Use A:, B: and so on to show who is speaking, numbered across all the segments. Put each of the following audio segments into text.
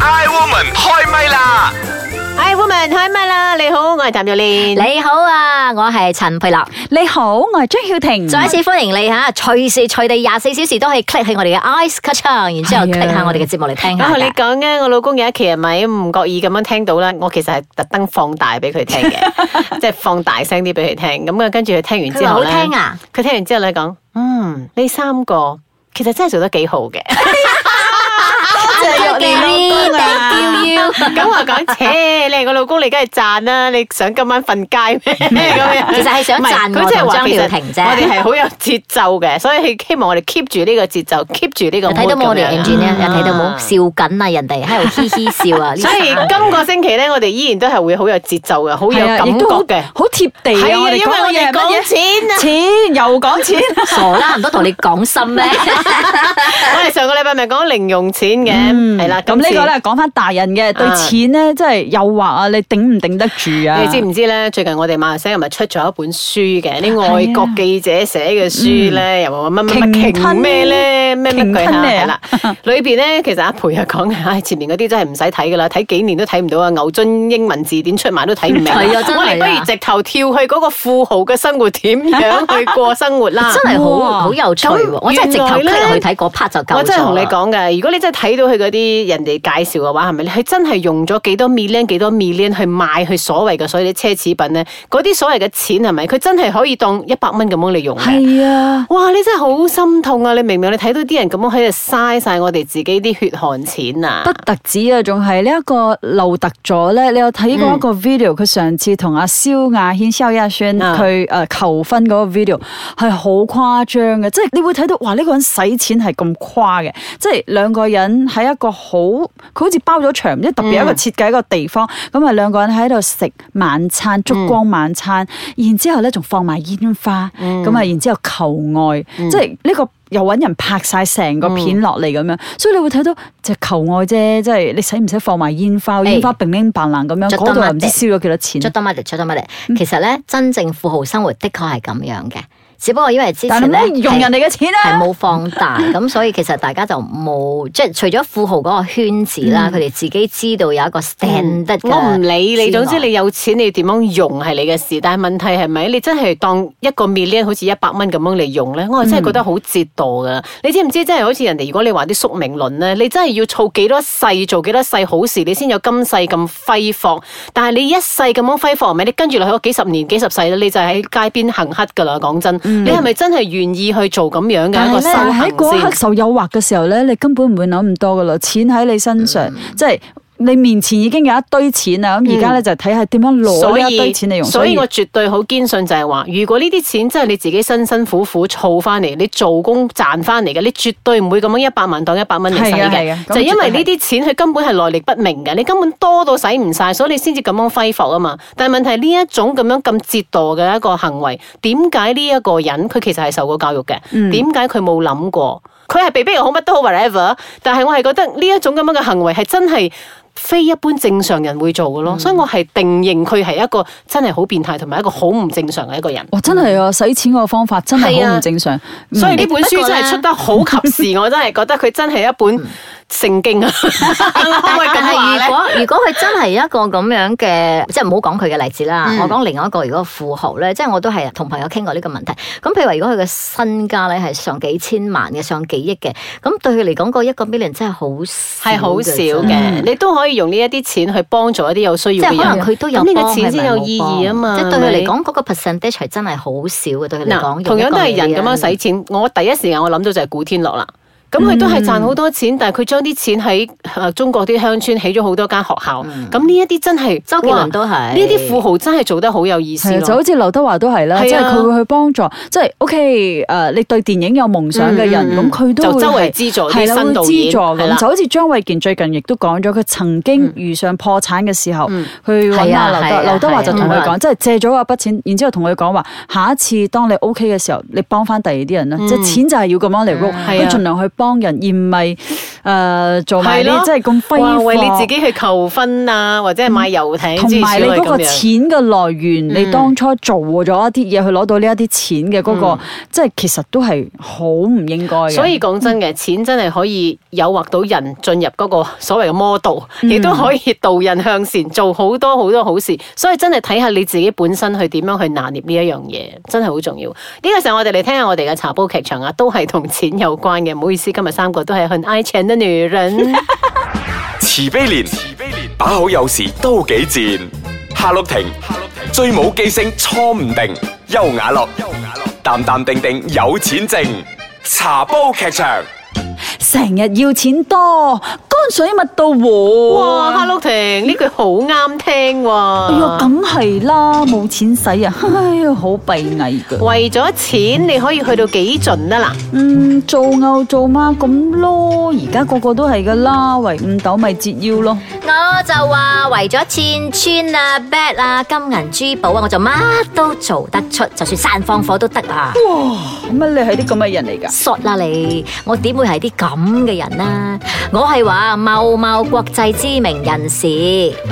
A: I Woman 開唛啦！
B: I woman 開唛啦！你好，我係譚玉蓮。
C: 你好啊，我係陳佩樂，
D: 你好，我係張曉婷。
B: 嗯
C: 再一次歡迎你吓，隨時隨地廿四小時都可以 click 喺我哋嘅 Ice c a t c h n 然之後
D: 係啊
C: click 下我哋嘅節目嚟聽下
B: 啊，你
C: 嘅。
B: 講嘅，我老公有一期係咪唔覺意咁樣聽到啦？我其實係特登放大俾佢聽 嘅，即係放大聲啲俾佢聽。咁啊，跟住佢聽完
C: 佢
B: 之
C: 話
B: 後
C: 好
B: 咧，
C: 聽啊，
B: 佢聽完之後咧講，嗯，呢三個其實真係做得幾好嘅。
C: 多
B: 謝你
D: 老公啊
C: Thank you。
B: 咁我講，切，你係我老公，你梗係讚啦！你想今晚瞓 街咩？咁樣
C: 嗯其實係想讚
B: 唔係佢
C: 我
B: 真係
C: 同
B: 話
C: 張
B: 其實
C: 曉婷啫
B: 我哋係好有節奏嘅，所以希望我哋 keep 住呢個節奏，keep 住呢個
C: 有
B: mood
C: 睇到冇我哋
B: 咁樣啦
C: engineer，有睇到冇
B: 嗯
C: 笑緊啊，人哋喺度嘻嘻笑啊。呢
B: 所以
C: 三個
B: 今個星期咧，我哋依然都係會好有節奏嘅，好有
D: 係啊
B: 感
D: 亦
B: 覺
D: 都好
B: 嘅。
D: 好貼地
B: 係
D: 啊！
B: 啊，
D: 我哋
B: 因為
D: 講
B: 我
D: 嘅嘢
B: 哋
D: 係乜
B: 講
D: 嘢？
B: 錢 啊！
D: 錢又 講錢，
C: 傻啦，唔多同你講心咩？
B: 我哋上個禮拜咪講零用錢嘅，
C: 嗯
B: 係啦。
D: 咁呢
B: 今次
D: 個咧講翻大人嘅對
B: 啊
D: 錢咧，真係誘惑啊！你頂唔頂得住啊？
B: 你知唔知咧？最近我哋馬來西亞咪出咗一本書嘅，啲
C: 啊
B: 外國記者寫嘅書
C: 嗯
B: 咧，又話乜乜乜
D: 鯨
B: 鯨
D: 吞
B: 咩咧，咩乜鬼
D: 鯨吞
B: 嚇
D: 咩啊
B: 係啦。 裏邊咧其實阿培又講嘅， 唉，前面嗰啲真係唔使睇噶啦，睇幾年都睇唔到啊！牛津英文字典出埋都睇唔明。
C: 係啊真係啊
B: 我哋不如直頭跳去嗰個富豪嘅生活點樣去過生活啦。
C: 真係好
D: 哇
C: 好有趣喎！我真係直頭
B: 原來
C: click
B: 呢
C: 落去睇嗰 part 就夠咗啦。
B: 我真係同你講嘅，如果你真係睇到佢嗰啲人哋介紹嘅話，係咪佢真係用咗幾多 million 幾多 million 去買佢所謂嘅所謂啲奢侈品咧？嗰啲所謂嘅錢係咪佢真係可以當一百蚊咁樣嚟用嘅？
D: 係啊，
B: 哇！你真係好心痛啊！你明唔明？你睇到啲人咁樣喺度嘥晒我哋自己啲血汗錢啊！
D: 不特止啊，仲係呢一個漏特咗咧。你有睇
B: 嗯
D: 過一個 video？佢上次同阿蕭亞軒、蕭亞軒
B: 啊
D: 佢誒呃求婚嗰個 video 係好誇張嘅，即係你會睇到哇！呢個人使錢係咁誇嘅，即係兩個人喺一個好佢好似包咗場，即係特別一
C: 嗯
D: 個設計一個地方，咁啊兩個人喺度食晚
C: 嗯
D: 餐、燭光晚餐，然之後咧仲放埋煙花，
C: 嗯
D: 咁啊然之後求愛，即係呢個。又揾人拍晒成個片落嚟咁
C: 嗯
D: 樣，所以你會睇到就求愛啫，即係你使唔使放埋煙花？煙花並拎扮冷咁樣，
C: 着得
D: 嗰度又唔知
C: 乜
D: 燒咗幾多錢
C: 出。得乜嚟，出得乜嚟。其實咧，真正富豪生活的確係咁樣嘅，只不過因為之
D: 但
C: 前
D: 係
C: 咧
D: 你唔好用人哋嘅錢
C: 係
D: 啊！
C: 冇放 大，咁所以其實大家就冇即係除咗富豪嗰個圈子啦，佢哋自己知道有一個 stand 得
B: 嗯我唔理你，總之你有錢你要點樣用係你嘅事，但係問題係咪你真係當一個 million 好似一百蚊咁樣嚟用咧？我係真係覺
D: 嗯
B: 得好折墮噶。你知唔知真係好似人哋如果你話啲宿命論咧，你真係要儲幾多世做幾多世好事，你先有今世咁揮霍。但係你一世咁樣揮霍，咪你跟住落去嗰幾十年幾十世咧，你就喺街邊行乞噶啦。講真，你係咪真係願意去做咁樣嘅
D: 嗯但
B: 一個
D: 係
B: 修
D: 咧喺嗰一
B: 行
D: 刻
B: 先？
D: 受誘惑嘅時候咧，你根本唔會諗咁多噶啦，錢喺你身上，
B: 嗯
D: 即係你面前已經有一堆錢啦。咁而家咧就睇下點樣攞
B: 所
D: 呢一堆
B: 以，
D: 錢嚟用。
B: 所以我絕對好堅信就係話，如果呢啲錢真係你自己辛辛苦苦儲翻嚟，你做工賺翻嚟嘅，你絕對唔會咁樣一百萬當一百蚊嚟使
D: 係啊係啊
B: 嘅。
D: 咁
B: 就因為
D: 絕對係
B: 呢啲錢佢根本係來歷不明嘅，你根本多到使唔晒，所以你先至咁樣揮霍啊嘛。但係問題呢一種咁樣咁折墮嘅一個行為，點解呢一個人佢其實係受過教育嘅？點解佢冇諗過？佢係被逼又好乜都好 whatever，但係我係覺得呢一種咁樣嘅行為係真係。非一般正常人會做嘅咯，所以我係定認佢係一個真係好變態同埋一個好唔正常嘅一個人。
D: 哇，真係啊，使錢個方法真係
B: 嗯係
D: 好
B: 啊
D: 唔正常。
B: 所以呢
C: 嗯
B: 本書真係出得好及 時，我真係覺得佢真係一本聖經 啊！可唔嗯可以
C: 但
B: 咁話
C: 係
B: 咧
C: 如？果如果佢真係一個咁樣嘅，即係唔好講佢嘅例子啦，
B: 嗯
C: 我講另外一個，如果富豪咧，即係我都係同朋友傾過呢個問題。咁譬如話，如果佢嘅身家咧係上幾千萬嘅，上幾億嘅，咁對佢嚟講，嗰一個 million 真係好少嘅
B: 係好少
C: 啫
B: 嘅，你都可以用呢一啲錢去幫助一啲有需
C: 即
B: 要嘅
C: 係可
B: 人
C: 能。佢都有
B: 咁呢個
C: 幫
B: 錢先有意義啊嘛
C: 係咪冇幫即係對佢
B: 係
C: 嚟講，嗰個 percentage 係真係好少嘅，對佢嚟
B: 嗱，
C: 講。
B: 同樣都係人咁樣
C: 用一個
B: 使錢，我第一時間我諗到就係古天樂啦。咁佢都係賺好多錢，但係佢將啲錢喺呃中國啲鄉村起咗好多間學校。咁呢一啲真係
C: 周杰
B: 哇
C: 倫都係
B: 呢啲富豪真係做得好有意思
D: 係啊，就
B: 咯。
D: 好似劉德華都係啦，
B: 係啊
D: 即係佢會去幫助，即係 OK 誒，你對電影有夢想嘅
B: 嗯嗯
D: 人，
B: 嗯
D: 咁佢都
B: 就
D: 會
B: 周圍
D: 係
B: 資助啲
D: 係啦，
B: 新
D: 會
B: 導
D: 資
B: 演
D: 助
B: 係啦嗯
D: 咁。就好似張衛健最近亦都講咗，佢曾經遇上破產嘅時候，佢揾
C: 係啊
D: 阿劉
C: 係啊
D: 德劉德華就同
C: 係
D: 佢
C: 啊
D: 講，即係借咗嗰筆錢，然之後同佢講話，下一次當你 OK 嘅時候，你幫翻第二啲人啦，即係錢就係要咁樣嚟 roll，
B: 嗯係啊
D: 佢盡量去幫人，而唔係誒做埋
B: 係
D: 啲
B: 咯
D: 即係咁
B: 哇
D: 揮霍
B: 為。你自己去求婚啊，或者係買遊艇
D: 同
B: 之
D: 埋
B: 類
D: 你
B: 咁
D: 嗰個
B: 樣嗯
D: 錢嘅來源，你當初做咗一啲嘢去攞到呢一啲錢嘅嗰個，即係其實都係好唔應該嘅。
B: 嗯所以講真嘅，錢真係可以誘惑到人進入嗰個所謂嘅魔道，亦都可以導人向善，做好多好多好事。所以真係睇下你自己本身去點樣去拿捏呢一樣嘢，真係好重要。呢、個時候我哋嚟聽下我哋嘅茶煲劇場啊，都係同錢有關嘅。唔好意思，今日三個都係很愛錢的女人。
A: 慈悲蓮，慈悲蓮，把口有時都幾賤。夏綠庭，夏綠庭，最冇記性錯唔定。優雅樂，優雅樂，淡淡定定有錢剩。茶煲劇場，
D: 成日要錢多，乾水蜜到和。
B: 哇，哈！陸婷呢句好啱聽喎、
D: 哎呀，梗係啦，冇錢使啊， 哎呀，好閉翳噶。
B: 為咗錢你可以去到幾盡啊嗱？
D: 嗯，做牛做馬咁咯，而家個個都係噶啦，唯五斗咪折腰咯。
C: 我就話為咗錢穿啊、bet 啊、金銀珠寶啊，我就乜都做得出，就算山放火都得啊！
B: 嗯
D: 乜你係啲咁嘅人嚟㗎？
C: 索啦你，我點會係啲咁嘅人啊？我係話某某國際知名人士。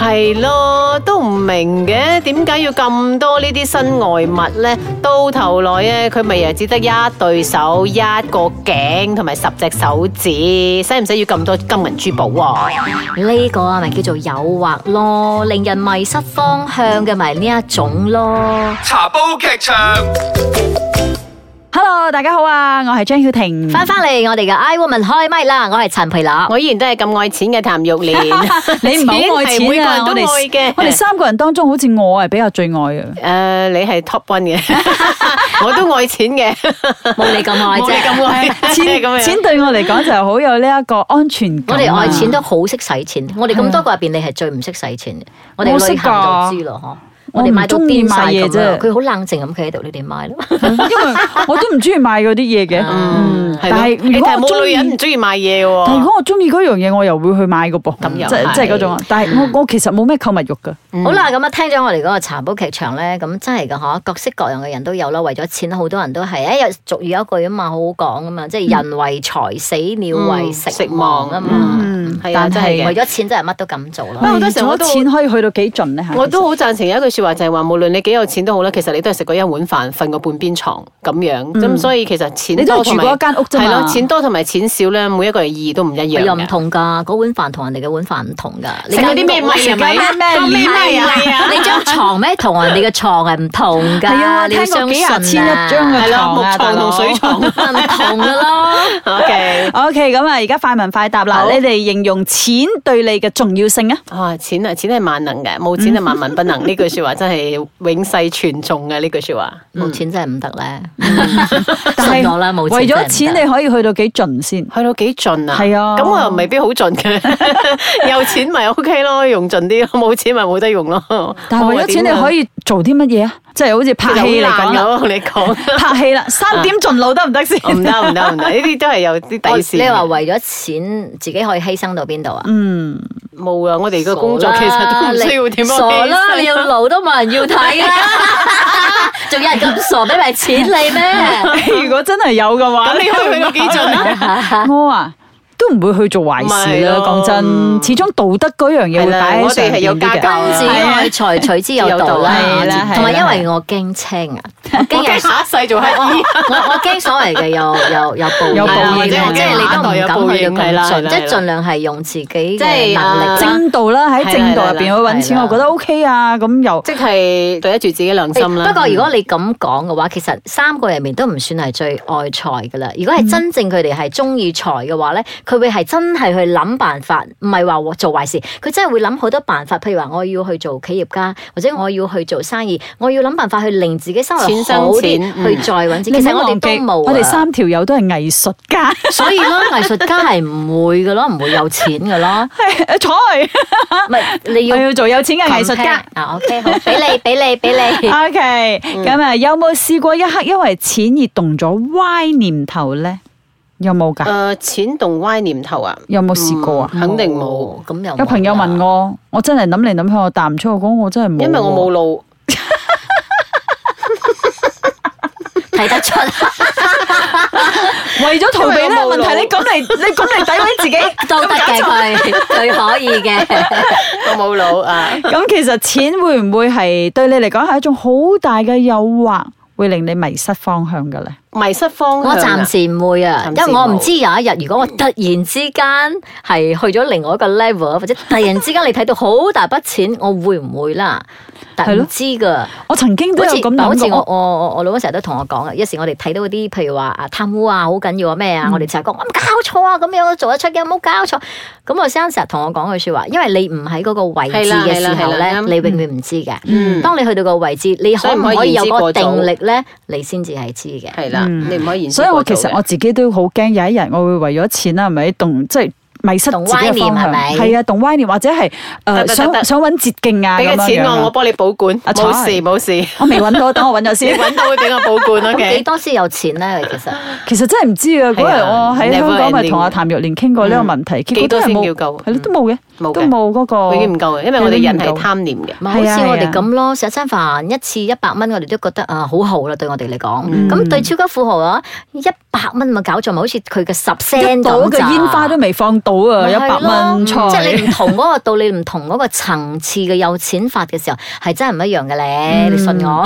B: 係咯，都唔明嘅，點解要咁多呢啲身外物呢？到頭來咧，佢咪又只得一對手、一個頸同埋十隻手指，使唔使要咁多金銀珠 寶啊？
C: 呢個啊，咪叫做誘惑咯，令人迷失方向嘅咪呢一種咯。
A: 茶煲劇場。
D: Hello，大家好啊，我係張曉婷。，
C: 翻返嚟我哋嘅 I Woman 開麥啦，我係陳培樂。
B: 我依然都係咁愛錢嘅譚玉蓮
D: 你唔係好
B: 係
D: 愛
B: 每
D: 錢
B: 個
D: 啊！
B: 人
D: 我
B: 都愛
D: 哋
B: 嘅。
D: 我哋三個人當中，好似我係比較最愛嘅。
B: 誒、你係 top one 嘅，我都愛錢嘅，
C: 冇你咁愛
B: 冇你
C: 啫，
B: 咁啊愛， 即係咁
D: 錢
B: 樣
D: 錢對我嚟講就係好有呢一個安全
C: 我
D: 感
C: 哋
D: 啊。
C: 愛錢都好識使錢。我哋咁多個入邊，你係最唔識使錢嘅。我哋旅行就知咯，嗬。
D: 我
C: 我
D: 唔
C: 哋買到癲晒
D: 中意買
C: 咁
D: 嘢
C: 樣，
D: 啫
C: 佢好冷靜咁企喺度，你哋買咯。
D: 因為我都唔中意買嗰啲嘢嘅。
B: 嗯，係咯
D: 但係
B: 你
D: 如果
B: 但係
D: 我
B: 冇
D: 鍾
B: 女
D: 意
B: 人唔中意買嘢
D: 但係
B: 喎。
D: 如果我中意嗰樣嘢，我又會去買嘅噃。
B: 咁又
D: 即係
B: 係
D: 即係嗰種啊。但係我我其實冇咩購物慾㗎。
C: 好啦，咁啊，聽咗我哋嗰個茶煲劇場咧，咁真係噶嗬，各式各樣嘅人都有啦。為咗錢，好多人都係，哎誒有俗語有一句啊嘛，好好講啊嘛，即係人為財死，鳥為食亡啊嘛。
B: 嗯係啊，
D: 但
B: 真
D: 係
B: 係嘅
C: 為。咗錢真係乜都咁做
B: 喂
C: 啦。
B: 好多時候我都
D: 哎做咗錢可以去到幾盡咧？嚇
B: 我都好贊成有一句説話，就係話無論你幾有錢都好啦，其實你都係食過一碗飯，瞓過半邊床咁樣。咁、所以其實錢
D: 嗯你都係
B: 多
D: 住
B: 同埋
D: 過一間屋啫嘛
B: 係咯，錢多同埋錢少咧，每一個人意義都唔一樣
C: 又唔
B: 嘅。
C: 同㗎，嗰碗飯同人哋嘅碗飯唔同㗎。你
B: 食嗰啲
D: 啊
B: 咩米
C: 間
B: 係咪？啊
D: 食緊
B: 咩
D: 咩
B: 米啊？
C: 係啊你張床咩同人哋嘅床係唔同㗎。
D: 係啊，我
C: 你要
D: 聽
C: 相
D: 過幾
C: 信
D: 廿千
C: 啊
D: 一張
B: 係
D: 嘅嗯
B: 咯，
D: 床
B: 木
D: 啊，
B: 床
D: 大佬
B: 同水床。
C: 唔同㗎 咯。
B: OK，
D: OK，咁啊，而家快問快答啦
B: 好！
D: 你哋形容錢對你嘅重要性啊？
B: 啊，錢啊，錢係萬能嘅，冇錢係萬萬不能。呢句説話真係永世傳頌嘅呢句説話。
C: 冇錢真係唔得咧。
D: 係
C: 信我啦，冇
D: 為
C: 錢真係唔
D: 咗
C: 得
D: 錢你可以去到幾盡先？
B: 去到幾盡啊？
D: 係啊
B: 咁我又未必好盡 嘅，有錢咪 OK 咯，用盡啲，冇錢咪冇得用咯。
D: 但係為咗錢你可
B: 以
D: 以做啲乜嘢啊？即係 好似拍戲嚟講啦，
B: 我同你講，
D: 拍戲啦，三點盡路得唔得先？
B: 唔得唔得唔得，呢啲都係有啲底
C: 我
B: 線嘅。
C: 你話為咗錢，自己可以犧牲到邊度啊？
D: 嗯，
B: 冇啊？我哋嘅工作其實都唔需要點樣
C: 傻啦
B: 犧
C: 你傻啦，你
B: 牲。
C: 要路都冇人要睇 啦，仲有人咁傻俾埋錢你咩？
D: 如果真係有嘅話，
B: 咁你可以去到幾盡啊？
D: 我啊。都唔會去做壞事啦，
B: 咪係咯
D: 講真，始終道德嗰樣嘢
B: 係
D: 會
B: 啦
D: 擺喺
B: 我哋
D: 上
B: 係
D: 邊
B: 有
D: 啲
B: 家教
D: 嘅。
C: 君子愛財，取之有道啦
D: 係啦係啦。
C: 同埋因為我驚青啊，我
B: 我驚
C: 驚有
B: 下一世做乞衣。
C: 我我驚所謂嘅有 有有報
D: 有報
C: 應
D: 應
C: 啊
D: 或者我驚
C: 即係你都唔敢去到
B: 係
C: 咁
B: 啦係
C: 盡，
B: 啦
C: 即係盡量係用自己嘅
B: 係
C: 能
B: 啊
C: 力。
D: 正道啦，喺
B: 係啦
D: 正道入
B: 係
D: 邊去
B: 啦
D: 揾
C: 係
D: 錢，
C: 啦
D: 我覺得 OK 啊。咁又
B: 即係對得住自己良心啦。嗯
C: 不過如果你咁講嘅話，其實三個入面都唔算係最愛財噶啦。如果係真正佢哋係中意財嘅話咧，佢會係真係去諗辦法，唔係話做壞事。佢真係會諗好多辦法，譬如話我要去做企業家，或者我要去做生意，我要諗辦法去令自己生活好
B: 錢生
C: 啲，
B: 錢嗯
C: 去再揾錢。其
D: 你
C: 實
D: 唔好
C: 我哋
D: 忘
C: 都
D: 記
C: 冇啊
D: 我哋三條友都係藝術家，
C: 所以咧，藝術家係唔會嘅咯，唔會有錢嘅咯。
D: 彩。
C: 唔係你
D: 我
C: 要
D: 要做有錢嘅藝術家
C: compare。啊，OK，好，俾你，俾你，俾你。
D: O K，咁
B: 嗯
D: 啊，有冇試過一刻因為錢而動咗歪念頭咧？有冇㗎？
B: 誒錢動歪念頭啊，
D: 有冇試過啊？
B: 肯定冇。
C: 咁又冇
D: 有朋友問
C: 啦
D: 我，我真係諗嚟諗去，我答唔出，我講我真係冇喎。
B: 啊因為我冇路。
C: 睇得出。
D: 為咗逃避呢個問
B: 因為我冇腦
D: 題，你咁嚟你咁嚟诋毀自己。
C: 都得嘅佢，佢可以 嘅。
B: 我冇 腦啊！
D: 咁其實錢會唔會係對你嚟講係一種好大嘅誘惑，會令你迷失方向嘅咧？
B: 迷失方向
C: 我
B: 啊
C: 暫時唔會啊，
B: 暫時
C: 因為我唔
B: 冇
C: 知有一日，如果我突然之間係去咗另外一個 level，或者突然之間你睇到好大筆錢，我會唔會啦？但
D: 係咯
C: 唔知噶。
D: 我曾經都
C: 好
D: 有
C: 似
D: 咁
C: 好似
D: 諗
C: 我
D: 過，
C: 我我我老公成日都同我講嘅，有時我哋睇到嗰啲譬如話啊貪污啊好緊要啊咩
B: 嗯
C: 啊，我哋成日講我冇搞錯啊咁樣做得出嘅，冇搞錯。咁我先生成日同我講句説話，因為你唔喺嗰個位置
B: 係啦
C: 嘅
B: 係
C: 時
B: 啦
C: 候
B: 係
C: 咧，
B: 啦啱
C: 你永遠唔知嘅。
B: 嗯
C: 當你去到個位置，你可
B: 所以
C: 唔
B: 唔可以
C: 可以
B: 言
C: 有
B: 之
C: 個
B: 過早
C: 定力咧，你先至係知嘅。
B: 係啦，
D: 嗯
B: 你唔可以言之
D: 所以我
B: 過
D: 其
B: 早
D: 實
B: 嘅
D: 我自己都好驚，有一日我會為咗錢啊啦，係咪動即係迷失自己嘅
C: 動歪念係
D: 方向？
C: 咪
D: 係啊，動歪念或者係
B: 得
D: 誒
B: 得
D: 想
B: 得
D: 想揾捷徑啊
B: 俾
D: 咁
B: 個
D: 樣
B: 錢
D: 樣
B: 我，我
D: 啊。
B: 幫你保管，
D: 啊
B: 冇事
D: 彩
B: 冇事，
D: 我未揾到，等我揾咗
B: 你
D: 先。
B: 揾到會俾我保 管
C: 咁幾
B: OK。
C: 多先有錢咧？其實
D: 其實真係唔知啊！嗰日
B: 係啊
D: 我喺香
B: never
D: 港咪
B: ending 嗯
D: 同阿譚玉蓮傾過呢個問題，結果都係
B: 幾多先
D: 冇，
B: 叫夠
D: 係咯都冇嘅，
B: 冇
D: 都
B: 嘅
D: 冇嗰個。
B: 永遠唔夠啊嘅，因為我哋人係
D: 哦永遠唔夠
B: 貪念嘅。
C: 咪好似
D: 係啊
C: 我哋咁咯，食一餐飯一次一百蚊，我哋都覺得啊好好啦，對我哋嚟講。
D: 嗯
C: 咁對超級富豪啊，一百蚊咪搞錯，咪好似佢嘅十 cent
D: 一朵
C: 咁
D: 嘅
C: 咋
D: 煙花都未放到啊！
C: 咪
D: 一
C: 係
D: 百
C: 咯
D: 蚊
C: 即係
D: 菜
C: 你。唔同嗰個道理，唔同嗰個層次嘅有錢法嘅時候，係真係唔一樣嘅咧。你信我？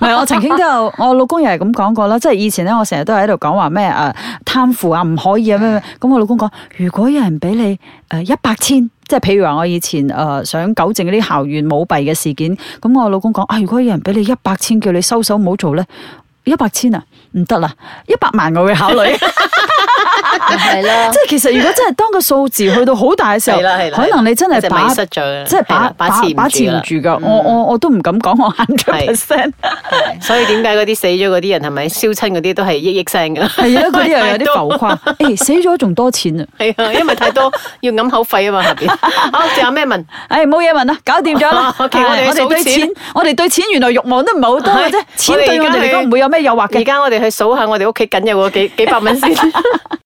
D: 唔係，我曾經都有， 我老公又係咁講過啦，即係以前咧，我成日都喺度講話咩誒貪腐啊，唔可以啊咩
B: 嗯
D: 咩，咁我老公講，如果有人俾你誒一百千。即係譬如話，我以前誒、呃想糾正嗰啲校園舞弊嘅事件，咁我老公講啊，如果有人俾你一百千，叫你收手唔好做咧，一百千啊，唔得啦，一百萬我會考 慮。 嗯
C: 係咯
D: 即。係其實如果真係當個數字去到好大嘅時候，
B: 係啦係啦
D: 可能你真
B: 就
D: 係把
B: 迷失咗啦
D: 即係
B: 係
D: 把
B: 啦把嗯持唔
D: 把持
B: 住
D: 唔
B: 啦
D: 住㗎。我我我都唔敢講我 hundred
B: 係
D: percent。
B: 所以點解嗰啲死咗嗰啲人係咪燒親嗰啲都係億億聲 㗎？
D: 係啊，嗰啲又有啲浮
B: 多
D: 誇。誒、死咗仲多錢啊！
B: 係啊，因為太多要揞口費啊嘛下邊。好，仲有咩問？。
D: 誒、哎冇嘢問啦，啊搞掂咗啦
B: OK， 哦
D: 係
B: 我哋去
D: 哋
B: 數
D: 對
B: 錢
D: 錢，我哋對錢原來慾望都唔係好多嘅啫
B: 係。
D: 錢對我哋嚟講唔會有咩誘惑
B: 而
D: 嘅。
B: 家我哋去數下我哋屋企僅有嗰幾幾百蚊先。